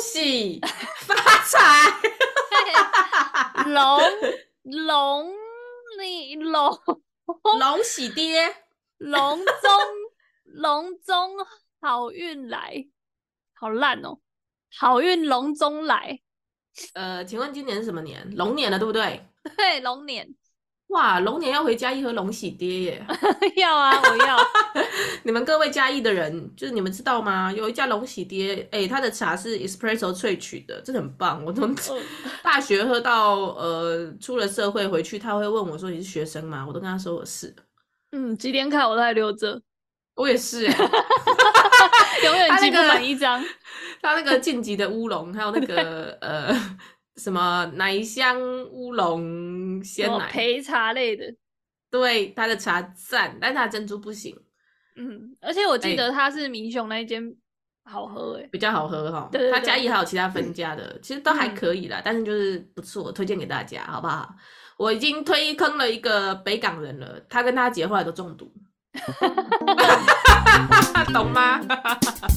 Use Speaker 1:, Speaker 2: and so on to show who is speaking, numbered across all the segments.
Speaker 1: 喜发财，
Speaker 2: 龙龙你龙
Speaker 1: 龙喜爹，
Speaker 2: 龙中龙中好运来，好烂哦！好运龙中来，
Speaker 1: 呃，请问今年是什么年？龙年了，对不对？
Speaker 2: 对，龙年
Speaker 1: 哇，龙年要回嘉义喝龙喜爹耶！
Speaker 2: 要啊，我 要
Speaker 1: 你们各位嘉义的人，就是你们知道吗？有一家龙喜爹，哎，它的茶是 espresso 萃取的，真的很棒。我从
Speaker 2: 哦
Speaker 1: 大学喝到呃出了社会回去，他会问我说你是学生吗？我都跟他说我是，
Speaker 2: 嗯，几点卡我都还留着，
Speaker 1: 我也是哎。
Speaker 2: 永远
Speaker 1: 他
Speaker 2: 寄
Speaker 1: 那
Speaker 2: 不
Speaker 1: 个
Speaker 2: 满一张。
Speaker 1: 他那个晋级的乌龙，还有那个呃什么奶香乌龙鲜
Speaker 2: 哦
Speaker 1: 奶，
Speaker 2: 陪茶类的，
Speaker 1: 对他的茶赞，但他的珍珠不行，
Speaker 2: 嗯，而且我记
Speaker 1: 哎
Speaker 2: 得它是民雄那一间好喝诶、欸
Speaker 1: 比较好喝哈。
Speaker 2: 对对
Speaker 1: 他
Speaker 2: 对
Speaker 1: 嘉义还有其他分家的，其实都还
Speaker 2: 嗯
Speaker 1: 可以啦，但是就是不错，推荐给大家，好不好？我已经推坑了一个北港人了，他跟他姐后来都中 毒，懂吗？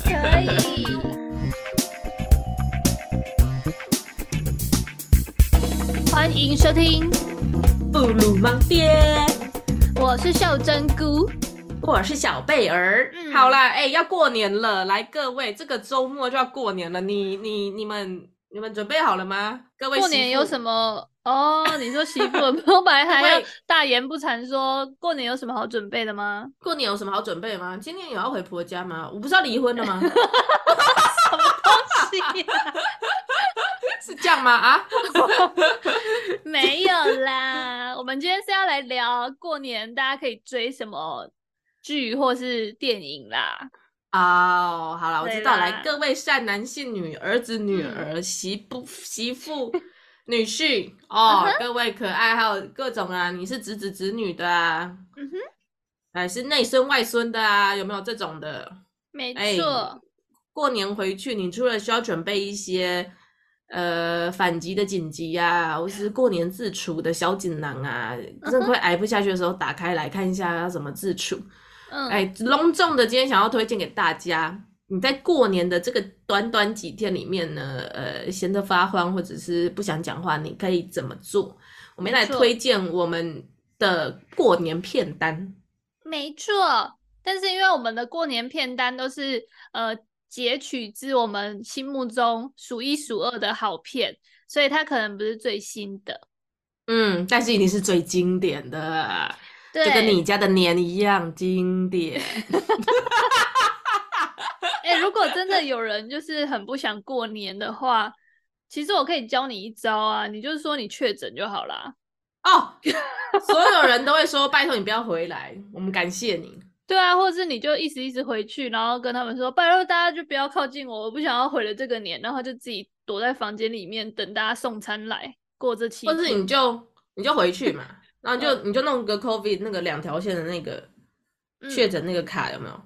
Speaker 2: 可以。欢迎收听，
Speaker 1: 布鲁芒爹。
Speaker 2: 我是秀珍菇。
Speaker 1: 我是小贝儿。
Speaker 2: 嗯
Speaker 1: 好啦，哎、要过年了，来各位，这个周末就要过年了，你你你们你们准备好了吗？各位
Speaker 2: 过年有什
Speaker 1: 么？
Speaker 2: 么？哦，你说媳妇， 我本来还要
Speaker 1: 喂
Speaker 2: 大言不惭说过年有什么好准备 的吗？
Speaker 1: 过年有什么好准备吗？今年有要回婆家吗？我不是要离婚了 吗？是这样吗？啊，
Speaker 2: 没有啦，我们今天是要来聊过年大家可以追什么剧或是电影啦。
Speaker 1: 哦、好了，我
Speaker 2: 对
Speaker 1: 知道。
Speaker 2: 啦
Speaker 1: 来，各位善男信女、儿子、女儿、媳妇、媳 妇、女婿
Speaker 2: 嗯
Speaker 1: 哦各位可爱，还有各种啊，你是侄子侄女的啊，
Speaker 2: 嗯哼，
Speaker 1: 还是内孙外孙的啊，有没有这种的？
Speaker 2: 没
Speaker 1: 哎
Speaker 2: 错，
Speaker 1: 过年回去，你除了需要准备一些呃反击的紧急啊，或是过年自处的小锦囊啊，真的快挨不下去的时候，打开来看一下要怎么自处。
Speaker 2: 嗯，
Speaker 1: 哎，隆重的今天想要推荐给大家，你在过年的这个短短几天里面呢，呃，闲得发慌或者是不想讲话，你可以怎么做？我们
Speaker 2: 没
Speaker 1: 来
Speaker 2: 错
Speaker 1: 推荐我们的过年片单。
Speaker 2: 没错，但是因为我们的过年片单都是呃截取自我们心目中数一数二的好片，所以它可能不是最新的。
Speaker 1: 嗯，但是一定是最经典的。
Speaker 2: 对，
Speaker 1: 就跟你家的年一样经典。
Speaker 2: 哎、如果真的有人就是很不想过年的话，其实我可以教你一招啊，你就是说你确诊就好啦。
Speaker 1: 哦， 所有人都会说拜托你不要回来，我们感谢你。
Speaker 2: 对啊，或是你就一时一时回去，然后跟他们说，拜托大家就不要靠近我，我不想要毁了这个年，然后就自己躲在房间里面等大家送餐来过这期。
Speaker 1: 或是你就你就回 去嘛，然后你就你就弄个 COVID 那个两条线的那个
Speaker 2: 嗯
Speaker 1: 确诊那个卡有没有？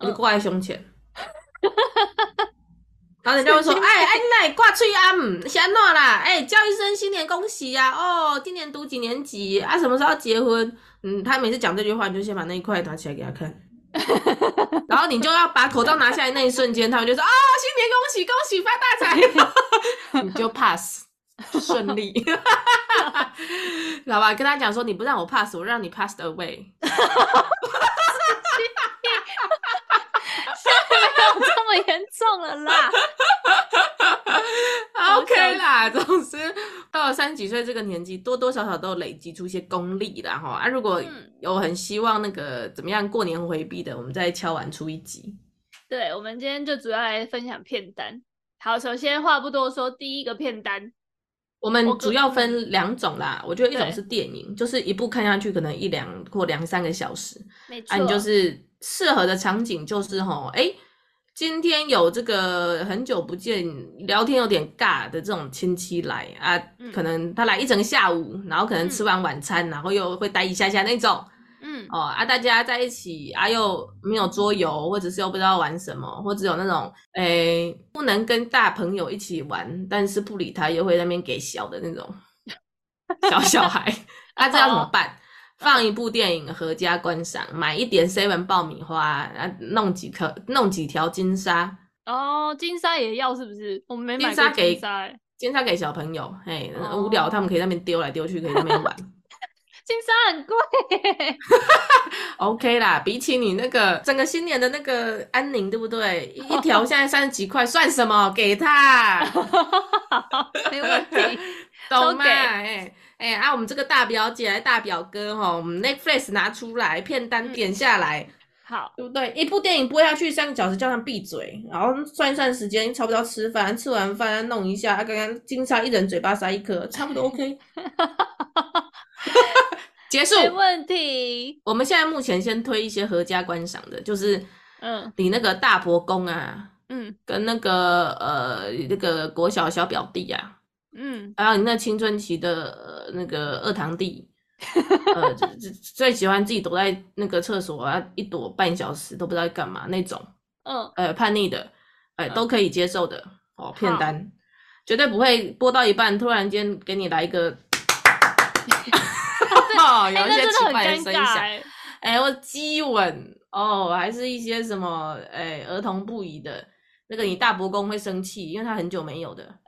Speaker 1: 你就
Speaker 2: 嗯
Speaker 1: 挂在胸 前。然后人家会说：“哎哎，那你挂吹啊，嗯，想诺啦，哎，叫一声新年恭喜呀、哦，今年读几年级啊？什么时候要结婚？嗯，他每次讲这句话，你就先把那一块拿起来给他看， 然后你就要把口罩拿下来那一瞬间，他们就说：啊、新年恭喜，恭喜发 大财！ 你就 pass 顺利， 老吧？跟他讲说，你不让我 pass，我让你 pass away。
Speaker 2: 没有这么严重了啦。好
Speaker 1: OK 啦， 总之到了三十几岁这个年纪，多多少少都有累积出一些功力啦哈。啊，如果
Speaker 2: 嗯
Speaker 1: 有很希望那个怎么样过年回避的，我们再敲完出一集。
Speaker 2: 对，我们今天就主要来分享片单。好，首先话不多说，第一个片单，
Speaker 1: 我
Speaker 2: 我
Speaker 1: 们
Speaker 2: 个
Speaker 1: 主要分两种啦，我觉得一种
Speaker 2: 对
Speaker 1: 是电影，就是一部看下去可能一两或两三个小时，
Speaker 2: 没错，
Speaker 1: 啊，你就是适合的场景就是吼，哎，今天有这个很久不见，聊天有点尬的这种亲戚来啊，
Speaker 2: 嗯
Speaker 1: 可能他来一整下午，然后可能
Speaker 2: 嗯
Speaker 1: 吃完晚餐，然后又会待一下下那种
Speaker 2: 嗯，
Speaker 1: 哦啊，大家在一起啊，又没有桌游，或者是又不知道玩什么，或者有那种哎不能跟大朋友一起玩，但是不理他又会在那边给小的那种小小孩，那、这要怎么
Speaker 2: 哦
Speaker 1: 办？放一部电影合家观赏，买一点 seven 爆米花，啊，弄几颗，弄几条金沙，
Speaker 2: 哦，金沙也要是不是？我们没
Speaker 1: 金
Speaker 2: 买
Speaker 1: 沙
Speaker 2: 过
Speaker 1: 给
Speaker 2: 金沙、欸，
Speaker 1: 金沙给小朋友，嘿，
Speaker 2: 哦
Speaker 1: 无聊，他们可以在那边丢来丢去，可以在那边玩。
Speaker 2: 金沙很贵、欸，
Speaker 1: OK 啦，比起你那个整个新年的那个安宁，对不对？一一条现在三十几块，算什 么？给他，
Speaker 2: 没问题。
Speaker 1: 懂
Speaker 2: 都
Speaker 1: 吗？
Speaker 2: 给
Speaker 1: 哎哎、啊，我们这个大表姐、来大表哥哈，我们 Netflix 拿出来，片单点下来，
Speaker 2: 嗯 好，
Speaker 1: 对不对？一部电影播下去三个小时，叫他们闭嘴，然后算一算时间，差不多要吃饭，吃完饭弄一下，啊刚刚金沙一人嘴巴塞一颗，差不多 OK。结束。
Speaker 2: 没问题。
Speaker 1: 我们现在目前先推一些合家观赏的，就是
Speaker 2: 嗯
Speaker 1: 你那个大伯公啊，
Speaker 2: 嗯
Speaker 1: 跟那个呃那个国小小表弟啊，
Speaker 2: 嗯，
Speaker 1: 还有你那青春期的、呃、那个二堂弟，呃，就就最喜欢自己躲在那个厕所啊，一躲半小时都不知道在干嘛那种，
Speaker 2: 嗯，
Speaker 1: 呃，叛逆的，呃，
Speaker 2: 嗯
Speaker 1: 都可以接受的哦，片单绝对不会播到一半突然间给你来一 个哦，
Speaker 2: 哎、
Speaker 1: 有一
Speaker 2: 那
Speaker 1: 些
Speaker 2: 真的
Speaker 1: 奇
Speaker 2: 很
Speaker 1: 怪
Speaker 2: 尴
Speaker 1: 声
Speaker 2: 尬、
Speaker 1: 响。
Speaker 2: 欸。
Speaker 1: 哎，我激吻哦，还是一些什么哎儿童不宜的，那个你大伯公会生气，因为他很久没 有的，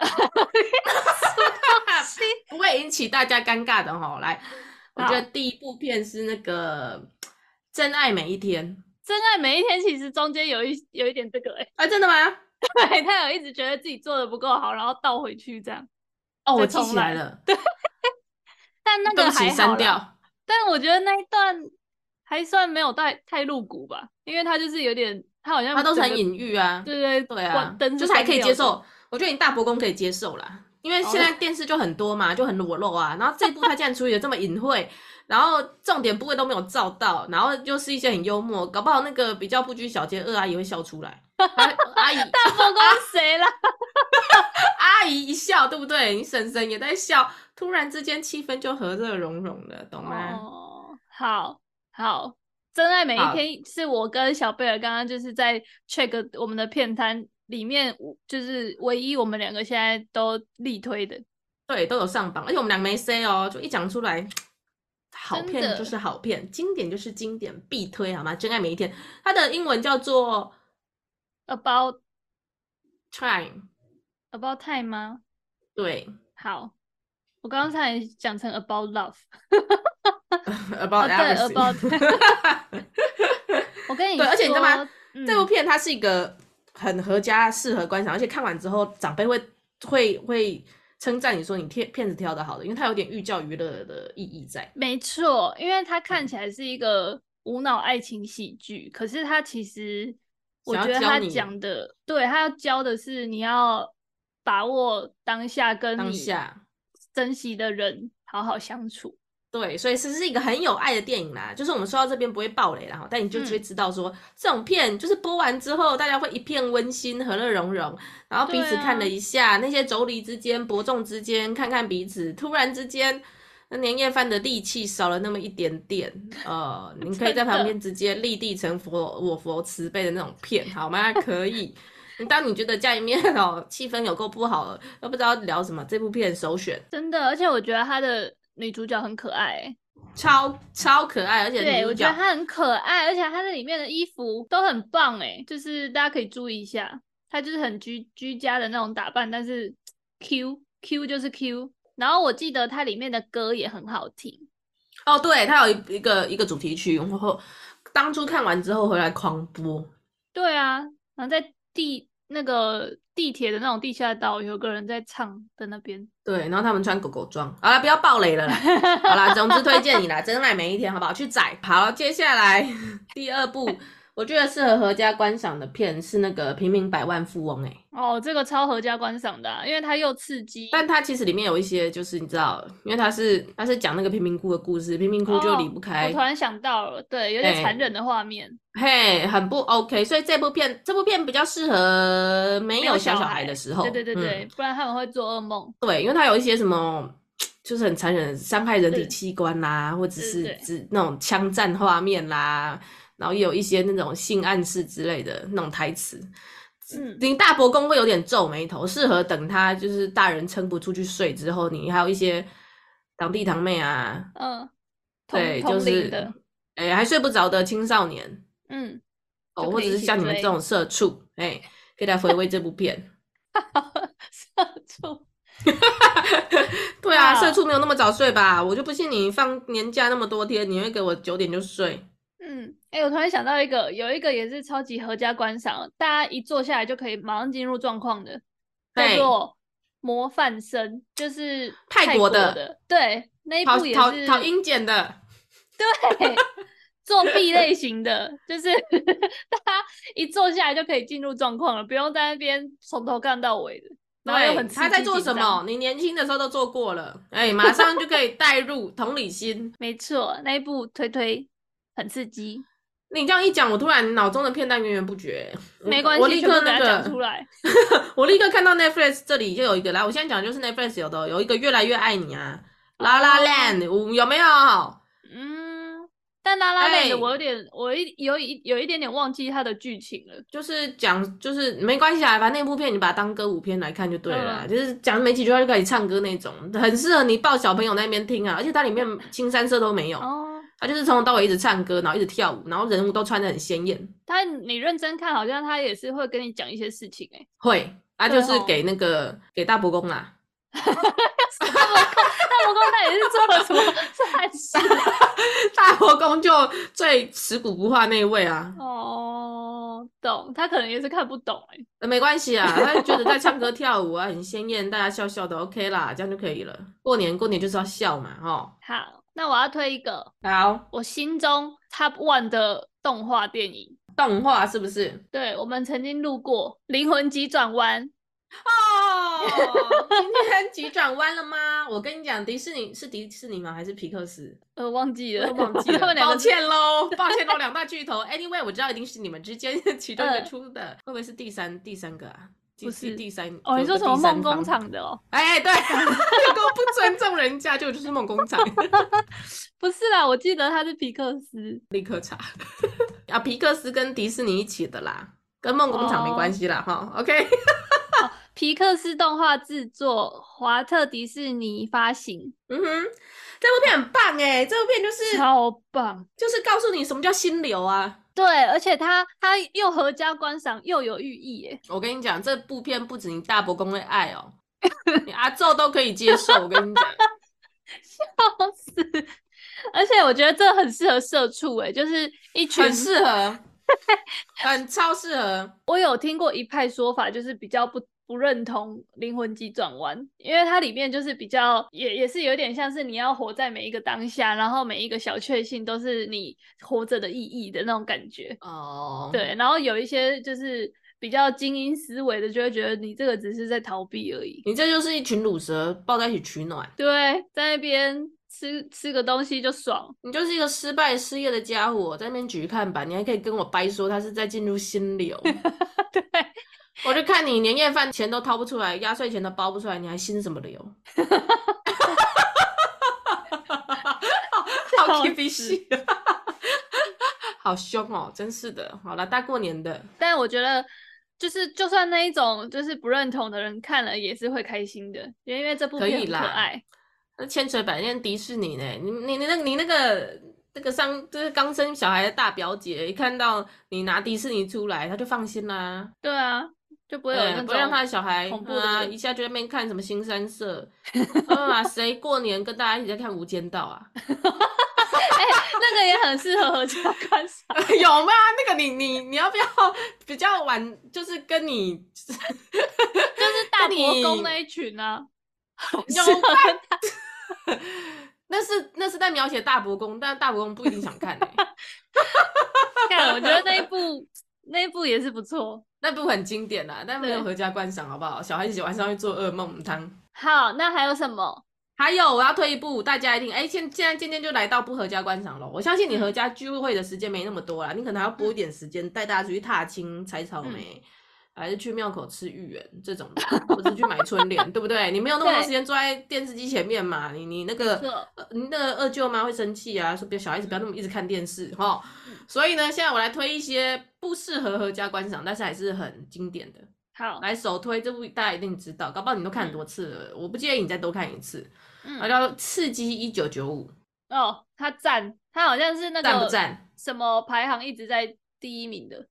Speaker 1: 不会引起大家尴尬的哈、来，我觉得第一部片是那个《真爱每一天
Speaker 2: 真爱每一天其实中间有一有一点这个哎、》
Speaker 1: 啊，真的吗？
Speaker 2: 对他有一直觉得自己做的不够好，然后倒回去这样。
Speaker 1: 哦，我
Speaker 2: 再
Speaker 1: 记
Speaker 2: 重
Speaker 1: 起来
Speaker 2: 来
Speaker 1: 了，
Speaker 2: 但那
Speaker 1: 对
Speaker 2: 个
Speaker 1: 不
Speaker 2: 还
Speaker 1: 起，
Speaker 2: 好
Speaker 1: 删
Speaker 2: 啦
Speaker 1: 掉。
Speaker 2: 但我觉得那一段还算没有太太露骨吧，因为他就是有点，他好像
Speaker 1: 它都是
Speaker 2: 整
Speaker 1: 很
Speaker 2: 个，
Speaker 1: 隐喻啊，
Speaker 2: 对对
Speaker 1: 对啊
Speaker 2: 关，灯
Speaker 1: 就是
Speaker 2: 是
Speaker 1: 还可以
Speaker 2: 关
Speaker 1: 接
Speaker 2: 掉的
Speaker 1: 受。我觉得你大伯公可以接受啦，因为现在电视就很多嘛，就很裸露啊。然后这部他竟然处理的这么隐晦， 然后重点部位都没有照到，然后又是一些很幽默，搞不好那个比较不拘小节二阿姨会笑出来。阿 阿姨
Speaker 2: 大伯公是谁啦？
Speaker 1: 阿姨一笑，对不对？你婶婶也在笑，突然之间气氛就和乐融融了，懂吗？
Speaker 2: 哦，好好，真爱每一
Speaker 1: 好
Speaker 2: 天是我跟小贝尔刚刚就是在 check 我们的片单里面，就是唯一我们两个现在都力推的，
Speaker 1: 对，都有上榜，而且我们俩没 say 哦，就一讲出来。好
Speaker 2: 真
Speaker 1: 片
Speaker 2: 的
Speaker 1: 就是好片，经典就是经典，必推好吗？真爱每一天，它的英文叫做
Speaker 2: about
Speaker 1: Time，
Speaker 2: about time 吗？
Speaker 1: 对
Speaker 2: 好，我刚刚差点讲成 about love。
Speaker 1: ，about
Speaker 2: 啊对
Speaker 1: everything。
Speaker 2: 我跟你
Speaker 1: 对
Speaker 2: 说，
Speaker 1: 而且你知道吗？
Speaker 2: 嗯、
Speaker 1: 这部片它是一个很合家、适合观赏，而且看完之后长辈会会会称赞你说你片片子挑的好的，因为它有点寓教于乐的意义在。
Speaker 2: 没错，因为它
Speaker 1: 嗯
Speaker 2: 看起来是一个无脑爱情喜剧，可是它其实我
Speaker 1: 想
Speaker 2: 觉
Speaker 1: 要
Speaker 2: 得
Speaker 1: 教
Speaker 2: 它
Speaker 1: 你
Speaker 2: 讲的，对，它要教的是你要把握当下，跟
Speaker 1: 当
Speaker 2: 你
Speaker 1: 下
Speaker 2: 珍惜的人好好相处。
Speaker 1: 对，所以是是一个很有爱的电影啦。就是我们说到这边不会爆雷啦，哈但你就
Speaker 2: 嗯
Speaker 1: 会知道说、这种片就是播完之后，大家会一片温馨、和乐融融，然后彼此
Speaker 2: 对啊
Speaker 1: 看了一下、那些妯娌之间、伯仲之间，看看彼此，突然之间。那年夜饭的力气少了那么一点点，呃，你可以在旁边直接立地成佛，我佛慈悲的那种片，好吗？可以。你当你觉得家里面哦气氛有够不好了，都不知道聊什么，这部片首选。
Speaker 2: 真的，而且我觉得它的女主角很可爱欸、
Speaker 1: 超超可爱，而且女
Speaker 2: 对
Speaker 1: 主
Speaker 2: 我觉得
Speaker 1: 角
Speaker 2: 她很可爱，而且她那里面的衣服都很棒、欸，就是大家可以注意一下，她就是很居居家的那种打扮，但是 Q Q 就是 Q。然后我记得它里面的歌也很好听，
Speaker 1: 哦，对，它有一一个一个主题曲，然后当初看完之后回来狂播，
Speaker 2: 对啊，然后在地那个地铁的那种地下道，有个人在唱的那边，
Speaker 1: 对，然后他们穿狗狗装，好啦，不要暴雷了啦，好啦，总之推荐你啦，真爱每一天，好不好？去宰。好，接下来第二部，我觉得适合合家观赏的片是那个《平民百万富翁、欸》哎，
Speaker 2: 哦，这个超合家观赏的啊、因为它又刺激，
Speaker 1: 但它其实里面有一些就是你知道，因为它是它是讲那个贫民窟的故事，贫民窟就
Speaker 2: 哦
Speaker 1: 离不
Speaker 2: 我
Speaker 1: 开
Speaker 2: 突然想到了，对，有点
Speaker 1: 哎
Speaker 2: 残忍的画面，
Speaker 1: 嘿很不 OK，所以这部片这部片比较适合没
Speaker 2: 没
Speaker 1: 有
Speaker 2: 小
Speaker 1: 小孩的时候，
Speaker 2: 对对对
Speaker 1: 嗯
Speaker 2: 对，不然他们会做噩梦。
Speaker 1: 对，因为它有一些什么，就是很残忍，伤害人体
Speaker 2: 对
Speaker 1: 器官啦，或者
Speaker 2: 对
Speaker 1: 是
Speaker 2: 对
Speaker 1: 指那种枪战画面啦，然后也有一些那种性暗示之类的那种台词。
Speaker 2: 嗯
Speaker 1: 林大伯公会有点皱眉头，适合等他就是大人撑不出去睡之后，你还有一些堂弟堂妹啊，
Speaker 2: 嗯，同
Speaker 1: 对，
Speaker 2: 同
Speaker 1: 就
Speaker 2: 龄
Speaker 1: 是
Speaker 2: 的，
Speaker 1: 哎还睡不着的青少年
Speaker 2: 嗯，
Speaker 1: 哦，
Speaker 2: 就
Speaker 1: 或
Speaker 2: 可
Speaker 1: 者
Speaker 2: 以一
Speaker 1: 是
Speaker 2: 起
Speaker 1: 像你们
Speaker 2: 追
Speaker 1: 这种社畜，哎、可以来回味这部片。
Speaker 2: 社畜，
Speaker 1: 对啊，
Speaker 2: 哇
Speaker 1: 社畜没有那么早睡吧？我就不信你放年假那么多天，你会给我九点就睡。
Speaker 2: 嗯，哎、我突然想到一个，有一个也是超级合家观赏，大家一坐下来就可以马上进入状况的，叫
Speaker 1: 对
Speaker 2: 做《模范生》，就是
Speaker 1: 泰
Speaker 2: 国
Speaker 1: 国的
Speaker 2: 对，那一
Speaker 1: 讨
Speaker 2: 部也
Speaker 1: 讨
Speaker 2: 是
Speaker 1: 讨英检的，
Speaker 2: 对， 作弊类型的，就是 大家一坐下来就可以进入状况了，不用在那边从头干到尾的，然后又
Speaker 1: 对，
Speaker 2: 很刺
Speaker 1: 他在
Speaker 2: 激
Speaker 1: 做
Speaker 2: 紧
Speaker 1: 什么？？
Speaker 2: 张
Speaker 1: 你年轻的时候都做过了，哎，马上就可以带入同理心。
Speaker 2: 没错，那一部推推很刺激，
Speaker 1: 你这样一讲，我突然脑中的片段源源不绝。我
Speaker 2: 没关
Speaker 1: 嗯我
Speaker 2: 系，
Speaker 1: 立
Speaker 2: 全部
Speaker 1: 刻
Speaker 2: 给
Speaker 1: 那
Speaker 2: 他讲出
Speaker 1: 个，
Speaker 2: 来。
Speaker 1: 我立刻看到 Netflix 这里就有一个，来，我现在讲的就是 Netflix 有的有一个越来越爱你啊，La La
Speaker 2: 哦
Speaker 1: Land，我有没有？
Speaker 2: 嗯，但拉拉类的我
Speaker 1: 哎
Speaker 2: 有点，我一有一有一点点忘记它的剧情了。
Speaker 1: 就是讲，就是没关系啊，反正那部片你把它当歌舞片来看就对了啦，
Speaker 2: 嗯
Speaker 1: 就是讲没几句话就可以唱歌那种，很适合你抱小朋友那边听啊，而且它里面青山色都没有，
Speaker 2: 哦，
Speaker 1: 它就是从头到尾一直唱歌，然后一直跳舞，然后人物都穿的很鲜艳，
Speaker 2: 他你认真看，好像他也是会跟你讲一些事情哎、欸。
Speaker 1: 会啊，
Speaker 2: 对
Speaker 1: 就
Speaker 2: 哦
Speaker 1: 是给那个、给大伯公啦，
Speaker 2: 那不过他也是做了 什么善事
Speaker 1: 大伯公就最食古不化那一位啊，
Speaker 2: 哦，懂，他可能也是看不懂哎、
Speaker 1: 呃没关系啊，他就觉得在唱歌跳舞啊很鲜艳，大家笑笑的 OK 啦，这样就可以了。过年过年就是要笑嘛，哦，
Speaker 2: 好，那我要推一个
Speaker 1: 好，
Speaker 2: 我心中 top one 的动画电影，
Speaker 1: 动画是不是？
Speaker 2: 对我们曾经路过《灵魂急转弯》。
Speaker 1: 哦，今天急转弯了吗？我跟你讲，迪士尼是迪士尼吗？还是皮克斯？
Speaker 2: 呃，忘记
Speaker 1: 我
Speaker 2: 了，
Speaker 1: 都忘 记
Speaker 2: 他
Speaker 1: 了，
Speaker 2: 们两
Speaker 1: 抱
Speaker 2: 个
Speaker 1: 歉喽，抱歉喽，两大巨头。Anyway，我知道一定是你们之间其中一个
Speaker 2: 嗯
Speaker 1: 出的， 会不会是第三第三个啊？第
Speaker 2: 不
Speaker 1: 第
Speaker 2: 是
Speaker 1: 第三
Speaker 2: 哦，你
Speaker 1: 有
Speaker 2: 说
Speaker 1: 个
Speaker 2: 什么
Speaker 1: 第三
Speaker 2: 梦工
Speaker 1: 方
Speaker 2: 厂的哦？
Speaker 1: 哎，对， 你都不尊重人家，就就是梦工厂，
Speaker 2: 不是啦，我记得他是皮克斯。
Speaker 1: 立刻查啊！皮克斯跟迪士尼一起的啦，跟梦工厂没关系啦，
Speaker 2: 哦
Speaker 1: 哈、OK，
Speaker 2: 皮克斯动画制作，华特迪士尼发行，
Speaker 1: 嗯哼，这部片很棒哎，这部片就是
Speaker 2: 超棒。
Speaker 1: 就是告诉你什么叫心流啊！
Speaker 2: 对，而且它它又合家观赏，又有寓意耶。
Speaker 1: 我跟你讲，这部片不止你大伯公会爱哦，你阿宙都可以接受。我 跟你讲，
Speaker 2: 笑死！而且我觉得这很适合社畜诶，就是一群
Speaker 1: 很适合，很超适合。
Speaker 2: 我有听过一派说法，就是比较不不认同《灵魂急转弯》，因为它里面就是比较也也是有点像是你要活在每一个当下，然后每一个小确幸都是你活着的意义的那种感觉。
Speaker 1: 哦，，
Speaker 2: 对，然后有一些就是比较精英思维的，就会觉得你这个只是在逃避而已。
Speaker 1: 你这就是一群乳蛇抱在一起取暖，
Speaker 2: 对，在那边吃吃个东西就爽，
Speaker 1: 你就是一个失败失业的家伙，在那边举看板，你还可以跟我掰说他是在进入心流。
Speaker 2: 对，
Speaker 1: 我就看你年夜饭钱都掏不出来，压岁钱都包不出来，你还心什么流？好 K B 戏， 好凶哦，真是的。好了，大过年的，
Speaker 2: 但我觉得。就是，就算那一种就是不认同的人看了也是会开心的，因为这部
Speaker 1: 可以
Speaker 2: 片很可
Speaker 1: 啦
Speaker 2: 爱。
Speaker 1: 那千锤百炼迪士尼呢？你你你那你那个那个上就是刚生小孩的大表姐，一看到你拿迪士尼出来，她就放心啦。
Speaker 2: 对啊，就不会有
Speaker 1: 对
Speaker 2: 那
Speaker 1: 嗯不会让
Speaker 2: 种
Speaker 1: 他的小孩
Speaker 2: 恐怖
Speaker 1: 嗯
Speaker 2: 的
Speaker 1: 啊，
Speaker 2: 人
Speaker 1: 一下就在那边看什么《新三色》 啊，谁过年跟大家一起在看《无间道》啊？
Speaker 2: 哎、那个也很适合合家 观赏。
Speaker 1: 有吗？那个你你你要不要比较晚？就是跟你
Speaker 2: 就是大
Speaker 1: 那
Speaker 2: 伯公
Speaker 1: 你
Speaker 2: 那一群啊，
Speaker 1: 有
Speaker 2: 适合
Speaker 1: 吧？
Speaker 2: 啊
Speaker 1: 那是那是在描写大伯公，但大伯公不一定想看、欸，
Speaker 2: 看。我觉得那一部那一部也是不错。
Speaker 1: 那部很经典啦，但没有
Speaker 2: 对
Speaker 1: 合家观赏，好不好？小孩子晚上会做噩梦，汤。
Speaker 2: 好，那还有什么？
Speaker 1: 还有，我要推一部，大家一定哎，现现在渐渐就来到不合家观赏了。我相信
Speaker 2: 嗯
Speaker 1: 你合家聚会的时间没那么多啦，你可能还要拨一点时间带大家出去踏青、采草莓，
Speaker 2: 嗯
Speaker 1: 还是去庙口吃芋圆这种的，或者去买春联，对不 对？你没有那么多
Speaker 2: 对
Speaker 1: 时间坐在电视机前面嘛，你你那个
Speaker 2: 没错
Speaker 1: 呃你那个二舅妈会生气啊，说别小孩子不要那么一直看电视哈。
Speaker 2: 嗯
Speaker 1: 所以呢，现在我来推一些不适合合家观赏，但是还是很经典的。
Speaker 2: 好，
Speaker 1: 来首推这部大家一定知道，搞不好你都看很多次了，我不建议你再多看一次。它
Speaker 2: 嗯，
Speaker 1: 叫《刺激一九九五
Speaker 2: 哦，他赞，他好像是那》，
Speaker 1: 赞不
Speaker 2: 个
Speaker 1: 赞？
Speaker 2: 什么排行一直在第一名的。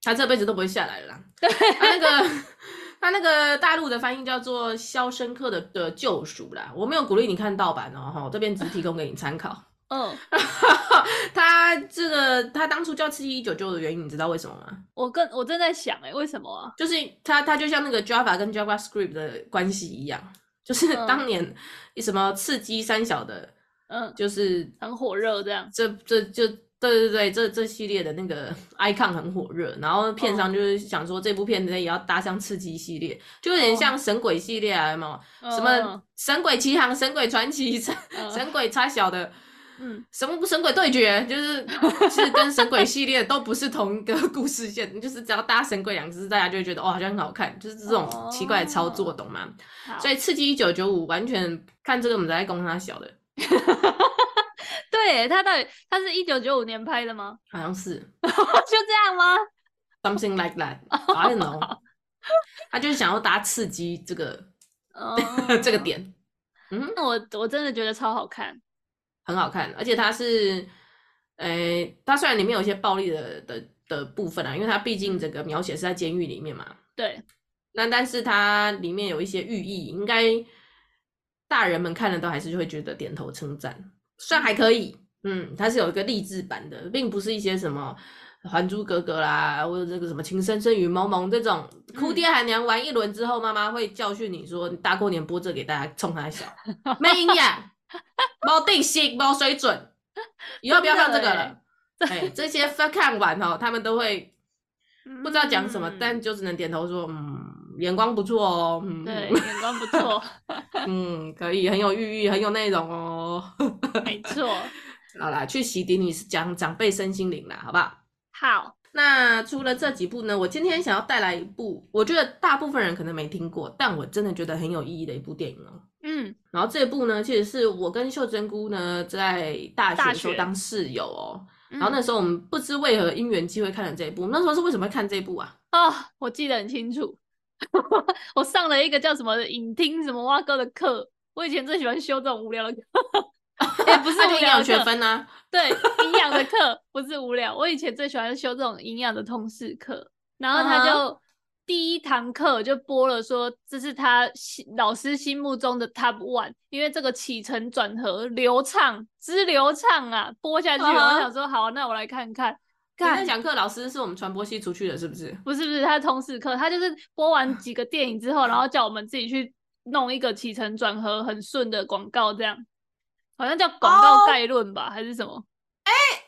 Speaker 1: 他这辈子都不会下来了啦。他那个 他那个大陆的翻译叫做《肖申克的的救赎》啦，我没有鼓励你看盗版哦，哈，这边只是提供给你参考。
Speaker 2: 嗯，
Speaker 1: 他这个他当初叫《刺激一九九》的原因，你知道为什么吗？
Speaker 2: 我跟我正在想哎、为什么啊？
Speaker 1: 就是他他就像那个 Java 跟 JavaScript 的关系一样，就是
Speaker 2: 嗯
Speaker 1: 当年什么刺激三小的，
Speaker 2: 嗯，
Speaker 1: 就是
Speaker 2: 很火热这样。
Speaker 1: 这这就对对对，这这系列的那个 icon 很火热，然后片
Speaker 2: 嗯
Speaker 1: 商就是想说这部片子也要搭上刺激系列，就有
Speaker 2: 嗯
Speaker 1: 点像神鬼系列啊，有没有什么神鬼奇航、神鬼传奇、神
Speaker 2: 嗯
Speaker 1: 神鬼差小的。
Speaker 2: 嗯
Speaker 1: 什么神鬼对决，就是是跟神鬼系列都不是同一个故事线，就是只要搭神鬼两个字，大家就会觉得哇，好像很好看，就是这种奇怪的操作，
Speaker 2: 哦
Speaker 1: 懂吗？
Speaker 2: 好
Speaker 1: 所以刺激一九九五完全看这个我们在攻他小的，
Speaker 2: 对他到底他是一九九五年拍的吗？
Speaker 1: 好
Speaker 2: 哦
Speaker 1: 像是
Speaker 2: 就这样吗？
Speaker 1: something like that，I don't know，他就是想要搭刺激这个
Speaker 2: 哦
Speaker 1: 这个，点，嗯，
Speaker 2: 那我我真的觉得超好看。
Speaker 1: 很好看，而且它是，诶、它虽然里面有一些暴力的的的部分啊，因为它毕竟整个描写是在监狱里面嘛，
Speaker 2: 对，
Speaker 1: 那但是它里面有一些寓意，应该大人们看了都还是会觉得点头称赞，算还可以。嗯，它是有一个励志版的，并不是一些什么《还珠格格》啦，或者这个什么《情深深雨蒙蒙》这种哭爹喊娘玩一轮之后，妈妈会教训你说：“你大过年播这给大家冲他笑，没营养，没定性，没水准，以后不要放这个了。”哎、这些看完哦，他们都会不知道讲什么，
Speaker 2: 嗯
Speaker 1: 但就只能点头说，嗯，眼光不错哦，嗯，
Speaker 2: 对，眼光不错，
Speaker 1: 嗯，可以，很有寓意，很有内容哦。
Speaker 2: 没错。
Speaker 1: 好啦，去洗涤你是讲长辈身心灵啦，好不好？
Speaker 2: 好，
Speaker 1: 那除了这几部呢，我今天想要带来一部，我觉得大部分人可能没听过，但我真的觉得很有意义的一部电影哦。
Speaker 2: 嗯，
Speaker 1: 然后这部呢，其实是我跟秀珍姑呢在大学
Speaker 2: 大
Speaker 1: 的时候
Speaker 2: 学嗯
Speaker 1: 当室友哦。
Speaker 2: 然
Speaker 1: 然后那时候我们不知为何因缘机会看了这一部，那时候是为什么会看这一部啊？
Speaker 2: 哦，我记得很清楚， 我上了一个叫什么影厅什么蛙哥的课。我以前最喜欢修这种无聊的课，也 哎不是
Speaker 1: 那就
Speaker 2: 无
Speaker 1: 营
Speaker 2: 聊
Speaker 1: 养
Speaker 2: 的
Speaker 1: 学
Speaker 2: 课，
Speaker 1: 分啊。
Speaker 2: 对，营养的课不是无聊。我以前最喜欢修这种营养的通识课，然后他
Speaker 1: 嗯
Speaker 2: 就第一堂课就播了说这是他心老师心目中的 top one，因为这个起承转合流畅之流畅啊，播下去了。
Speaker 1: 嗯哼
Speaker 2: 我想说好，那我来看看。
Speaker 1: 你
Speaker 2: 干
Speaker 1: 在讲课老师是我们传播系出去的，是不是？
Speaker 2: 不是不是，他是通识课，他就是播完几个电影之后，然后叫我们自己去弄一个起承转合很顺的广告，这样好像叫广告
Speaker 1: 哦
Speaker 2: 概论吧还是什么？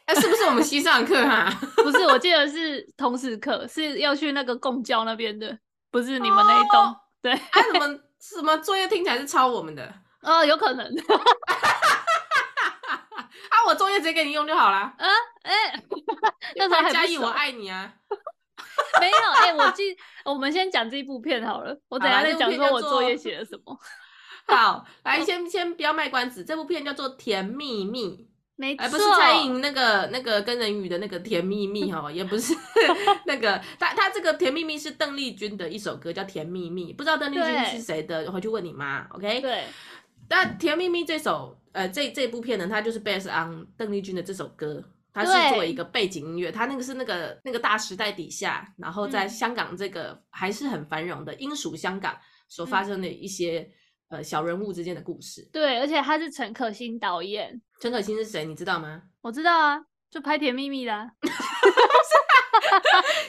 Speaker 1: 哎、是不是我们西上的课啊 哈、
Speaker 2: 不是，我记得是通识课，是要去那个共教那边的，不是你们那一栋。
Speaker 1: 哦
Speaker 2: 对，
Speaker 1: 啊，怎么什么作业听起来是抄我们的？啊，
Speaker 2: 哦，有可能。
Speaker 1: 我作业直接给你用就好啦。
Speaker 2: 哎、 那时候还
Speaker 1: 嘉
Speaker 2: 不
Speaker 1: 义，我
Speaker 2: 熟
Speaker 1: 爱你啊！
Speaker 2: 没有。哎、我记，我们先讲这部片好了，我等一
Speaker 1: 好
Speaker 2: 下
Speaker 1: 啦
Speaker 2: 再
Speaker 1: 这部
Speaker 2: 讲
Speaker 1: 片
Speaker 2: 说
Speaker 1: 叫
Speaker 2: 我作
Speaker 1: 做
Speaker 2: 业写了什 么。
Speaker 1: 好，来先先不要卖关子，这部片叫做《甜蜜蜜
Speaker 2: 没》，错，
Speaker 1: 哎，不是蔡依林那个那个跟人鱼的那个《甜蜜蜜》 哦，也不是 那个，他他这个《甜蜜蜜》是邓丽君的一首歌，叫《甜蜜蜜》，不知道邓丽君
Speaker 2: 对
Speaker 1: 是谁的，回去问你妈，OK？
Speaker 2: 对，
Speaker 1: 但《甜蜜蜜》这首呃这这部片呢，它就是 based on 邓丽君的这首歌，它
Speaker 2: 对
Speaker 1: 是作为一个背景音乐，它那个是那个那个大时代底下，然后在
Speaker 2: 嗯
Speaker 1: 香港这个还是很繁荣的英属香港所发生的一些、呃小人物之间的故事。
Speaker 2: 对，而且他是陈可辛导演，
Speaker 1: 陈可辛是谁？你知道吗？
Speaker 2: 我知道啊，就拍《甜蜜蜜》的啊、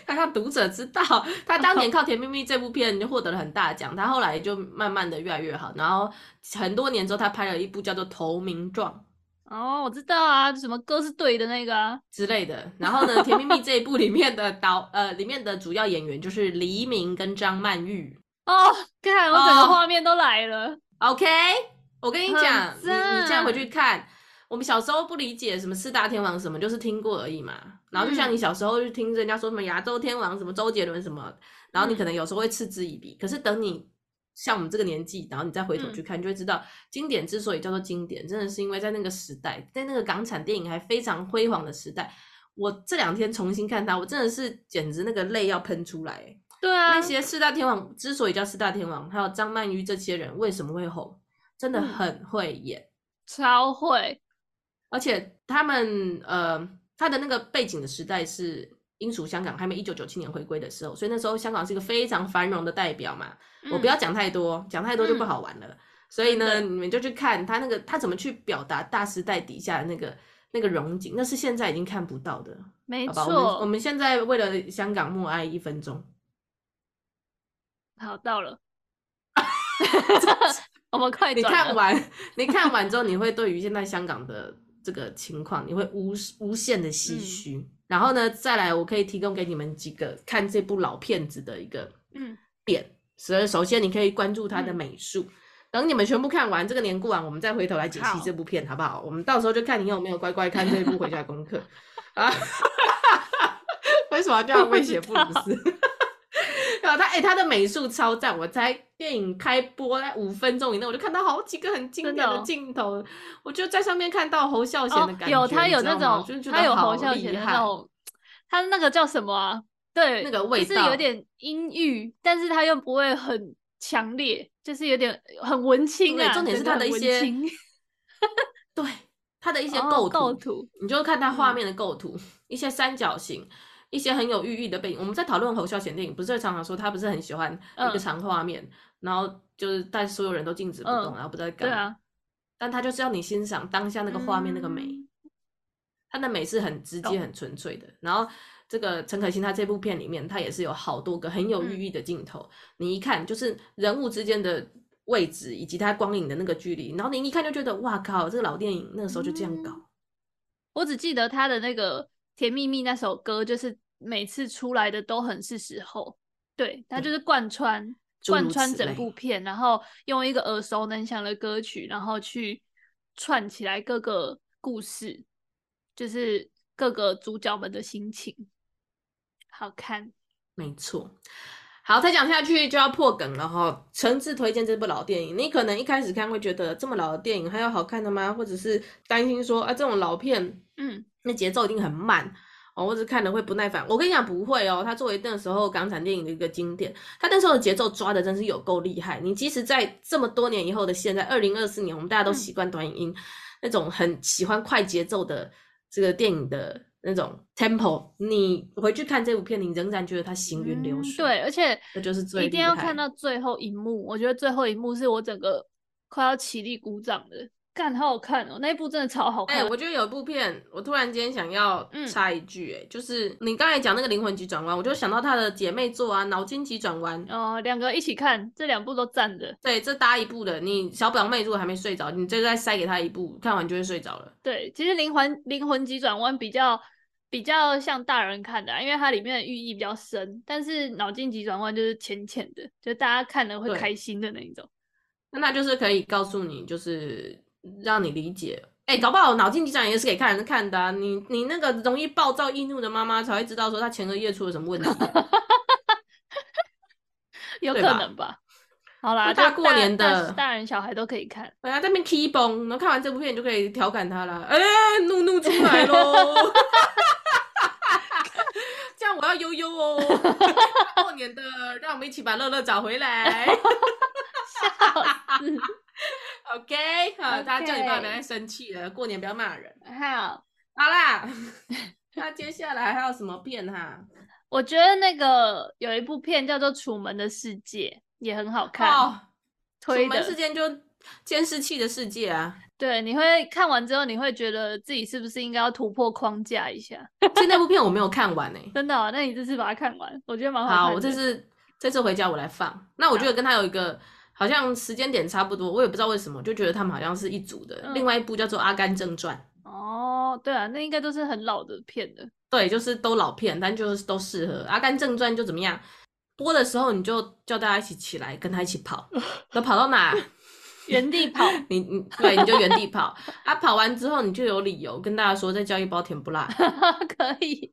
Speaker 1: 他让读者知道，他当年靠《甜蜜蜜》这部片就获得了很大的奖，他后来就慢慢的越来越好，然后很多年之后，他拍了一部叫做《投名状》。
Speaker 2: 哦，我知道啊，什么歌是对的那个啊。
Speaker 1: 之类的。然后呢，《甜蜜蜜》这一部里面的导呃，里面的主要演员就是黎明跟张曼玉。
Speaker 2: 哦，看我整个
Speaker 1: 哦
Speaker 2: 画面都来了。
Speaker 1: OK，我跟你讲，
Speaker 2: 很
Speaker 1: 你
Speaker 2: 赞
Speaker 1: 你现在回去看，我们小时候不理解什么四大天王什么，就是听过而已嘛。然后就像
Speaker 2: 嗯
Speaker 1: 你小时候就听人家说什么亚洲天王什么周杰伦什么，然后你
Speaker 2: 嗯
Speaker 1: 可能有时候会嗤之以鼻，可是等你。像我们这个年纪，然后你再回头去
Speaker 2: 嗯
Speaker 1: 看，就会知道经典之所以叫做经典，真的是因为在那个时代，在那个港产电影还非常辉煌的时代，我这两天重新看它，我真的是简直那个泪要喷出来欸。
Speaker 2: 对啊，
Speaker 1: 那些四大天王之所以叫四大天王，还有张曼玉这些人为什么会红，真的
Speaker 2: 嗯
Speaker 1: 很会演，
Speaker 2: 超会，
Speaker 1: 而且他们呃，他的那个背景的时代是英属香港，他们一九九七年回归的时候，所以那时候香港是一个非常繁荣的代表嘛。我不要讲太多，讲太多就不好玩了。所以呢，
Speaker 2: 嗯真
Speaker 1: 你们就去看他那个他怎么去表达大时代底下的那个那个荣景，那是现在已经看不到的，
Speaker 2: 没
Speaker 1: 好吧？我们我
Speaker 2: 错，
Speaker 1: 们现在为了香港默哀一分钟，
Speaker 2: 好 到了， 我们快
Speaker 1: 你
Speaker 2: 转
Speaker 1: 看
Speaker 2: 了
Speaker 1: 完 你看完之后，你会对于现在香港的这个情况，你会无无限的唏
Speaker 2: 嗯
Speaker 1: 嘘。然后呢，再来我可以提供给你们几个看这部老片子的一个
Speaker 2: 嗯
Speaker 1: 点。所以首先你可以关注它的
Speaker 2: 嗯
Speaker 1: 美术。等你们全部看完这个年过完，我们再回头来解析
Speaker 2: 好
Speaker 1: 这部片，好不好？我们到时候就看你有没有乖乖看这部回家功课 啊！为什么要这样威胁布鲁斯？ 然后他哎、他的美术超赞！我才电影开播在五分钟以内，我就看到好几个很经
Speaker 2: 真
Speaker 1: 典
Speaker 2: 的
Speaker 1: 的
Speaker 2: 哦
Speaker 1: 镜头，我就在上面看到侯孝贤
Speaker 2: 哦
Speaker 1: 的感觉，
Speaker 2: 有他
Speaker 1: 你
Speaker 2: 有
Speaker 1: 知
Speaker 2: 那
Speaker 1: 道吗
Speaker 2: 种
Speaker 1: 我就觉
Speaker 2: 他
Speaker 1: 得
Speaker 2: 有
Speaker 1: 好
Speaker 2: 侯孝
Speaker 1: 厉
Speaker 2: 贤的
Speaker 1: 害
Speaker 2: 那种，他那个叫什么啊？对，
Speaker 1: 那个味
Speaker 2: 就是有
Speaker 1: 道
Speaker 2: 点阴郁，但是他又不会很强烈，就是有点很文青
Speaker 1: 对
Speaker 2: 啊。
Speaker 1: 重点
Speaker 2: 整
Speaker 1: 是
Speaker 2: 个
Speaker 1: 他的
Speaker 2: 很
Speaker 1: 一
Speaker 2: 文
Speaker 1: 些
Speaker 2: 青
Speaker 1: 对他 的一些
Speaker 2: 哦
Speaker 1: 构图，
Speaker 2: 构图，
Speaker 1: 你就看他画
Speaker 2: 嗯
Speaker 1: 面的构图，一些三角形，一些很有寓意的背景。我们在讨论侯孝贤电影，不是常常说他不是很喜欢一个
Speaker 2: 嗯
Speaker 1: 长画面，然后就是但所有人都静止不动，
Speaker 2: 嗯
Speaker 1: 然后不知道在干
Speaker 2: 对
Speaker 1: 嘛。
Speaker 2: 啊，
Speaker 1: 但他就是要你欣赏当下那个画面那个美，
Speaker 2: 嗯
Speaker 1: 他的美是很直接、
Speaker 2: 懂
Speaker 1: 很纯粹的。然后这个陈可辛他这部片里面，他也是有好多个很有
Speaker 2: 嗯
Speaker 1: 寓意的镜头，你一看就是人物之间的位置以及他光影的那个距离，然后你一看就觉得哇靠，这个老电影那个时候就这样搞。
Speaker 2: 嗯我只记得他的那个《甜蜜蜜》那首歌，就是每次出来的都很是时候，对，他就
Speaker 1: 对
Speaker 2: 是贯穿
Speaker 1: 诸
Speaker 2: 贯
Speaker 1: 如
Speaker 2: 穿
Speaker 1: 此
Speaker 2: 整
Speaker 1: 类
Speaker 2: 部片，然后用一个耳熟能详的歌曲，然后去串起来各个故事，就是各个主角们的心情，好看。
Speaker 1: 没错。好，再讲下去就要破梗了哈。诚挚推荐这部老电影，你可能一开始看会觉得这么老的电影还有好看的吗？或者是担心说啊这种老片
Speaker 2: 嗯，
Speaker 1: 那节奏一定很慢哦，或者看了会不耐烦。我跟你讲不会哦，它作为那时候港产电影的一个经典，它那时候的节奏抓的真是有够厉害。你即使在这么多年以后的现在，二零二四年，我们大家都
Speaker 2: 嗯
Speaker 1: 习惯短影音、那种很喜欢快节奏的这个电影的那种 tempo，你回去看这部片，你仍然觉得它行云流
Speaker 2: 嗯
Speaker 1: 水。
Speaker 2: 对，而且
Speaker 1: 这就是最
Speaker 2: 一定
Speaker 1: 厉
Speaker 2: 要
Speaker 1: 害
Speaker 2: 看到最后一幕。我觉得最后一幕是我整个快要起立鼓掌的，看好好看哦，那一部真的超好
Speaker 1: 哎、
Speaker 2: 看。
Speaker 1: 我觉得有一部片，我突然间想要
Speaker 2: 嗯
Speaker 1: 插一句、哎、就是你刚才讲那个《灵魂急转弯》，我就想到他的姐妹作啊，《脑筋急转弯》。
Speaker 2: 哦，两个一起看，这两部都赞的。
Speaker 1: 对，这搭一部的，你小表妹如果还没睡着，你这再塞给她一部，看完就会睡着了。
Speaker 2: 对，其实《灵魂灵魂急转弯》比较比较像大人看的啊、因为它里面的寓意比较深。但是《脑筋急转弯》就是浅浅的，就大家看了会
Speaker 1: 对
Speaker 2: 开心的那一种。
Speaker 1: 那那就是可以告诉你，就是让你理解。哎、搞不好脑筋急转弯也是给看人看的、啊，你你那个容易暴躁易怒的妈妈才会知道说她前额叶出了什么问题。啊
Speaker 2: 有
Speaker 1: 对
Speaker 2: 可
Speaker 1: 吧
Speaker 2: 能吧。好啦，
Speaker 1: 那
Speaker 2: 就
Speaker 1: 大过年
Speaker 2: 大
Speaker 1: 的
Speaker 2: 大人小孩都可以看。
Speaker 1: 哎呀，这边 key 崩，然后看完这部片你就可以调侃她啦。哎、怒怒出来喽！ 这样我要悠悠哦。大过年的，让我们一起把乐乐找回来。
Speaker 2: 笑死
Speaker 1: OK，好，大家叫你爸
Speaker 2: OK
Speaker 1: 不要再生气了，过年不要骂人。
Speaker 2: 好，
Speaker 1: 好 啦，那接下来还有什么片哈、
Speaker 2: 我觉得那个有一部片叫做《楚门的世界》，也很好看，
Speaker 1: 哦，
Speaker 2: 推
Speaker 1: 楚门
Speaker 2: 的。
Speaker 1: 事件就监视器的世界啊，
Speaker 2: 对，你会看完之后，你会觉得自己是不是应该要突破框架一下？
Speaker 1: 其实那部片我没有看完呢、欸
Speaker 2: 真的哦、那你这次把它看完，我觉得蛮
Speaker 1: 好，
Speaker 2: 哦看
Speaker 1: 我
Speaker 2: 的。
Speaker 1: 这次这次回家我来放。那我觉得跟他有一个好像时间点差不多，我也不知道为什么，就觉得他们好像是一组的。
Speaker 2: 嗯
Speaker 1: 另外一部叫做《阿甘正传》，
Speaker 2: 哦，对啊，那应该都是很老的片了。
Speaker 1: 对，就是都老片，但就是都适合。《阿甘正传》就怎么样？播的时候你就叫大家一起起来，跟他一起 跑，都跑到哪？
Speaker 2: 原地跑，
Speaker 1: 你你对，你就原地跑啊，跑完之后你就有理由跟大家说再交一包甜不辣，
Speaker 2: 可以，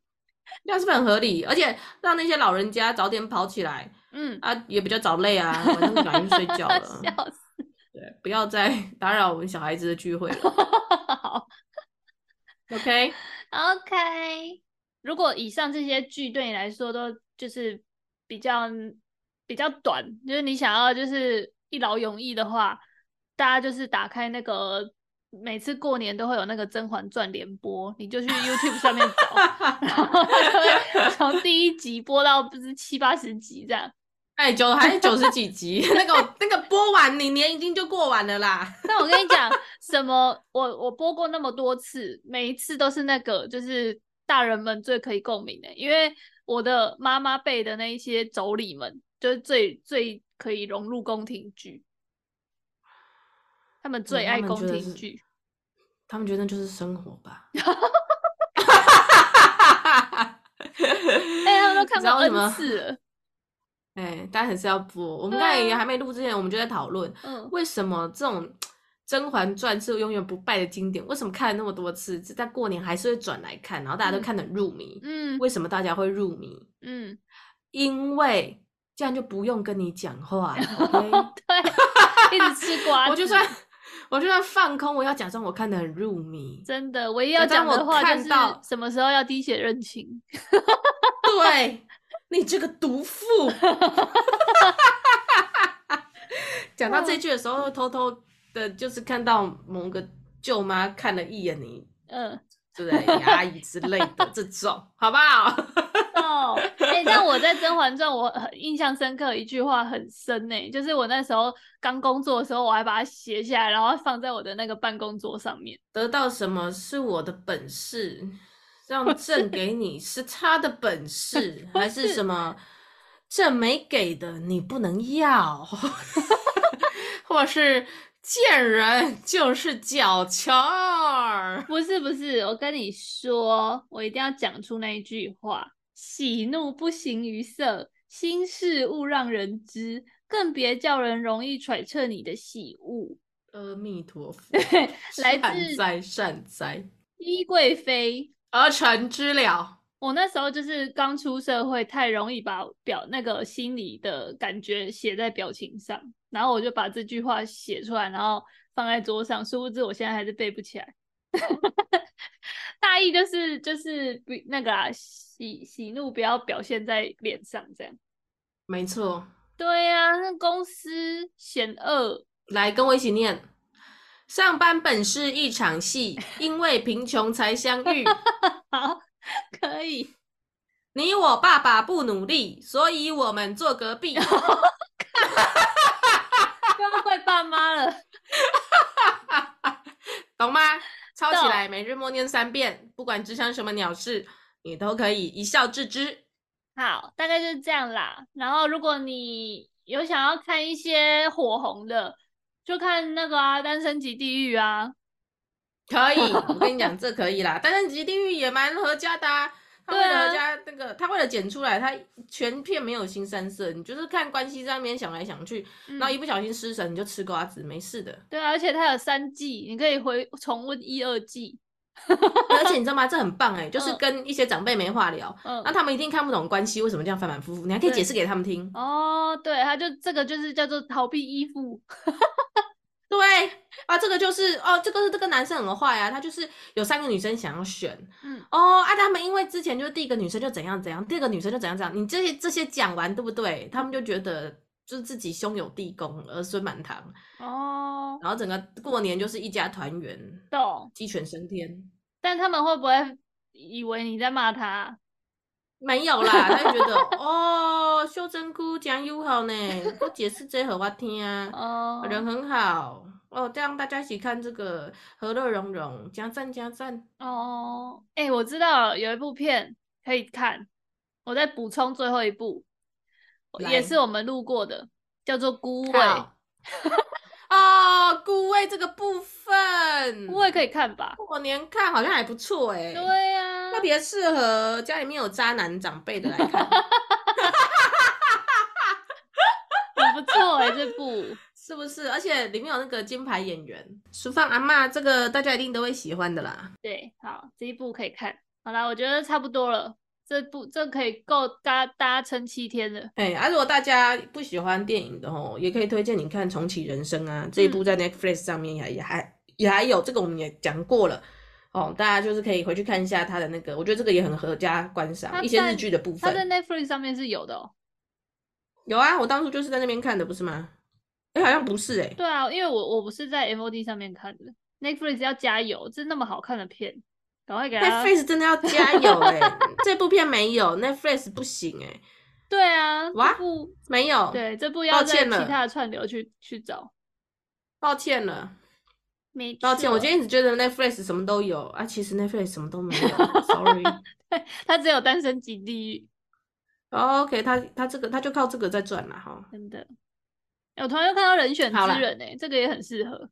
Speaker 1: 这样是不是很合理？而且让那些老人家早点跑起来
Speaker 2: 嗯，
Speaker 1: 啊，也比较早累啊，晚上就赶紧睡 觉了。
Speaker 2: 笑死，
Speaker 1: 对，不要再 打扰我们小孩子的聚会了。
Speaker 2: 好
Speaker 1: OK，
Speaker 2: ，OK。如果以上这些剧对你来说都就是比较比较短，就是你想要就是一劳永逸的话，大家就是打开那个每次过年都会有那个《甄嬛传》联播，你就去 YouTube 上面找， 然后它就会从第一集播到不知七八十集这样。
Speaker 1: 哎，九还是九十几集，那个那个播完，你年已经就过完了啦。
Speaker 2: 但我跟你讲，什么我我播过那么多次，每一次都是那个，就是大人们最可以共鸣的，因为我的妈妈辈的那一些妯娌们，就是最最可以融入宫廷剧，他们 最
Speaker 1: 他
Speaker 2: 爱
Speaker 1: 们
Speaker 2: 宫
Speaker 1: 觉得
Speaker 2: 廷
Speaker 1: 是
Speaker 2: 剧。
Speaker 1: 他们觉得那就是生活吧。
Speaker 2: 哎、
Speaker 1: 哎
Speaker 2: 他们都看过 N
Speaker 1: 么？
Speaker 2: 次了，
Speaker 1: 哎，但还是要播。我们
Speaker 2: 对
Speaker 1: 刚才
Speaker 2: 啊
Speaker 1: 也还没录之前，我们就在讨论
Speaker 2: 嗯，
Speaker 1: 为什么这种《甄嬛传》是永远不败的经典，为什么看了那么多次，就在过年还是会转来看，然后大家都
Speaker 2: 嗯
Speaker 1: 看得很入迷。
Speaker 2: 嗯
Speaker 1: 为什么大家会入迷？
Speaker 2: 嗯，
Speaker 1: 因为这样就不用跟你讲话，OK？
Speaker 2: 对，一直吃瓜子，
Speaker 1: 我就算 我就算放空，我也要假装我看得很入迷。
Speaker 2: 真的唯一要
Speaker 1: 假
Speaker 2: 讲
Speaker 1: 装
Speaker 2: 的
Speaker 1: 我
Speaker 2: 话就
Speaker 1: 看
Speaker 2: 是
Speaker 1: 到
Speaker 2: 什么时候要滴血认亲。
Speaker 1: 对 你这个毒 妇。讲到这句的时候，偷偷的，就是看到某个舅妈看了一眼你，
Speaker 2: 嗯，
Speaker 1: 对不对？ 阿姨之类的这种，好不好？
Speaker 2: 哦，哎、但我在《甄嬛传》我很印象深刻一句话很深呢、就是我那时候刚工作的时候，我还把它写下来，然后放在我的那个办公桌上面。
Speaker 1: 得到什么是我的本事， 让朕给你是他的本事，还是什么？朕没给的你不能要， 或是见人就是脚翘儿。
Speaker 2: 不是不是，我跟你说，我一定要讲出那一句话：喜怒不形于色，心事勿让人知，更别叫人容易揣测你的喜恶。
Speaker 1: 阿弥陀 佛，
Speaker 2: 来自
Speaker 1: 善哉善哉，
Speaker 2: 熹贵妃
Speaker 1: 儿臣知了。
Speaker 2: 我那时候就是刚出社会，太容易把表那个心里的感觉写在表情上，然后我就把这句话写出来，然后放在桌上，殊不知我现在还是背不起来。 大意就是就是不那个啊，喜喜怒不要表现在脸上，这样。
Speaker 1: 没错，
Speaker 2: 对呀、那公司险恶，
Speaker 1: 来跟我一起念。上班本是一场戏，因为贫穷才相遇。
Speaker 2: 好，可以，
Speaker 1: 你我爸爸不努力，所以我们坐隔 壁。
Speaker 2: 不要怪爸妈了。
Speaker 1: 懂吗？抄起
Speaker 2: 懂
Speaker 1: 来，每日默念三遍，不管职场什么鸟事，你都可以一笑置之。
Speaker 2: 好，大概就是这样啦。然后，如果你有想要看一些火红的，就看那个啊，《单身级地狱》啊。
Speaker 1: 可以，我跟你 讲，这可以啦。但是《极地狱》也蛮合家的、啊，他为
Speaker 2: 对啊
Speaker 1: 了合家那个，他为了剪出来，他全片没有新三色，你就是看关系在那边想来想去，
Speaker 2: 嗯
Speaker 1: 然后一不小心失神，你就吃瓜子，没事的。
Speaker 2: 对啊，而且它有三季，你可以回重温一二季。
Speaker 1: 而且你知道吗？这很棒哎、就是
Speaker 2: 嗯
Speaker 1: 跟一些长辈没话聊，
Speaker 2: 嗯
Speaker 1: 那，他们一定看不懂关系为什么这样反反复复，你还可以
Speaker 2: 对
Speaker 1: 解释给他们听。
Speaker 2: 哦，对，它就这个就是叫做逃避依附。
Speaker 1: 对啊，这个就是哦，这个是这个男生很坏啊，他就是有三个女生想要选，
Speaker 2: 嗯，
Speaker 1: 哦，啊，他们因为之前就是第一个女生就怎样怎样，第二个女生就怎样怎样，你这些这些讲完对不对？他们就觉得就是自己胸有地宫，儿孙满堂，
Speaker 2: 哦，
Speaker 1: 然后整个过年就是一家团圆，
Speaker 2: 懂。
Speaker 1: 鸡犬升天。
Speaker 2: 但他们会不会以为你在骂他？
Speaker 1: 没有啦，他就觉 得哦，秀珍姑讲友好呢，我解释这和我听啊，
Speaker 2: 哦，
Speaker 1: 人很好哦，这样大家一起看这个和乐融融，加赞加赞。
Speaker 2: 哦，哎、我知道了有一部片可以看，我再补充最后一部，也
Speaker 1: 来
Speaker 2: 是我们录过的，叫做《孤味》，
Speaker 1: 好 哦，顾味这个部分，
Speaker 2: 孤味可以看吧？
Speaker 1: 过年看好像还不错哎、
Speaker 2: 对啊呀、
Speaker 1: 特别适合家里面有渣男长辈的来 看，
Speaker 2: 很不错哎、这部
Speaker 1: 是不是？而且里面有那个金牌演员淑芳阿嬷，这个大家一定都会喜欢的啦。
Speaker 2: 对，好，这一部可以看。好啦，我觉得差不多了，这部这可以够大家大家撑七天了。
Speaker 1: 哎、啊，如果大家不喜欢电影的吼，也可以推荐你看《重启人生》啊，这一
Speaker 2: 嗯
Speaker 1: 部在 Netflix 上面也也还也还有，这个我们也讲过了。哦，大家就是可以回去看一下他的那个，我觉得这个也很合家观
Speaker 2: 它
Speaker 1: 赏，一些
Speaker 2: 在
Speaker 1: 日剧的部
Speaker 2: 它在
Speaker 1: 分
Speaker 2: Netflix 上面是有的哦。
Speaker 1: 有啊，我当初就是在那边看的，不是吗？哎、好像不是哎、
Speaker 2: 对啊，因为我我不是在 MOD 上面看的， Netflix 要加油，这那么好看的片，赶快给他。
Speaker 1: Netflix 真的要加 油哎、这部片没有，Netflix 不行哎、
Speaker 2: 对啊，
Speaker 1: 哇
Speaker 2: 这部
Speaker 1: 没有，
Speaker 2: 对这部
Speaker 1: 抱
Speaker 2: 要在
Speaker 1: 歉
Speaker 2: 其
Speaker 1: 了
Speaker 2: 他的串流去去找。
Speaker 1: 抱歉了，
Speaker 2: 没
Speaker 1: 抱歉，
Speaker 2: 错
Speaker 1: 我今天一直觉得 Netflix 什么都有啊，其实 Netflix 什么都没有 ，sorry。
Speaker 2: 他只有单身级地狱，
Speaker 1: 哦 OK，他他这个他就靠这个在赚了哈。
Speaker 2: 真的。哎我突然又看到人选之
Speaker 1: 好啦
Speaker 2: 人哎、这个也很适合。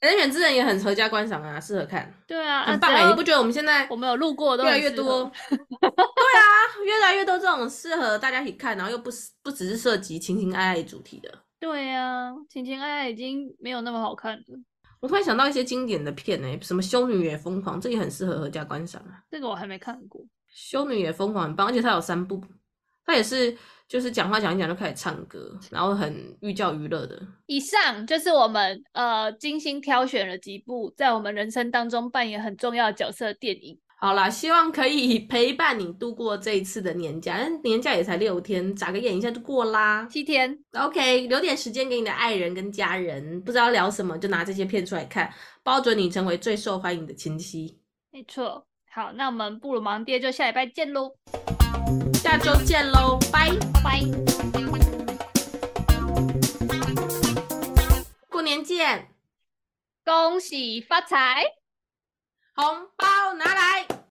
Speaker 1: 人选之人也很合家观赏啊，适合看，
Speaker 2: 对啊，啊
Speaker 1: 很棒
Speaker 2: 只
Speaker 1: 哎、
Speaker 2: 要
Speaker 1: 你不觉得我们现在
Speaker 2: 我们有路过都
Speaker 1: 越来
Speaker 2: 很
Speaker 1: 越
Speaker 2: 适合
Speaker 1: 多， 对啊，越来越多这种适合大家一起看，然后又不是不只是涉及情情爱爱主题的。
Speaker 2: 对呀、情情爱爱已经没有那么好看了，
Speaker 1: 我突然想到一些经典的片呢、什么《修女也疯狂》，这也很适合合家观赏啊。
Speaker 2: 这个我还没看过。
Speaker 1: 修女也疯狂很棒，而且她有三部，她也是就是讲话讲一讲就开始唱歌，然后很寓教于乐的。
Speaker 2: 以上就是我们呃精心挑选了几部在我们人生当中扮演很重要的角色的电影。
Speaker 1: 好啦，希望可以陪伴你度过这一次的年假，但年假也才六天，眨个眼一下就过啦。
Speaker 2: 七天，
Speaker 1: OK，留点时间给你的爱人跟家人，不知道聊什么就拿这些片出来看，包准你成为最受欢迎的亲戚。
Speaker 2: 没错。好，那我们布鲁芒爹就下礼拜见喽，
Speaker 1: 下周见喽，拜！
Speaker 2: 拜拜。
Speaker 1: 过年见，
Speaker 2: 恭喜发财！
Speaker 1: 红包拿来。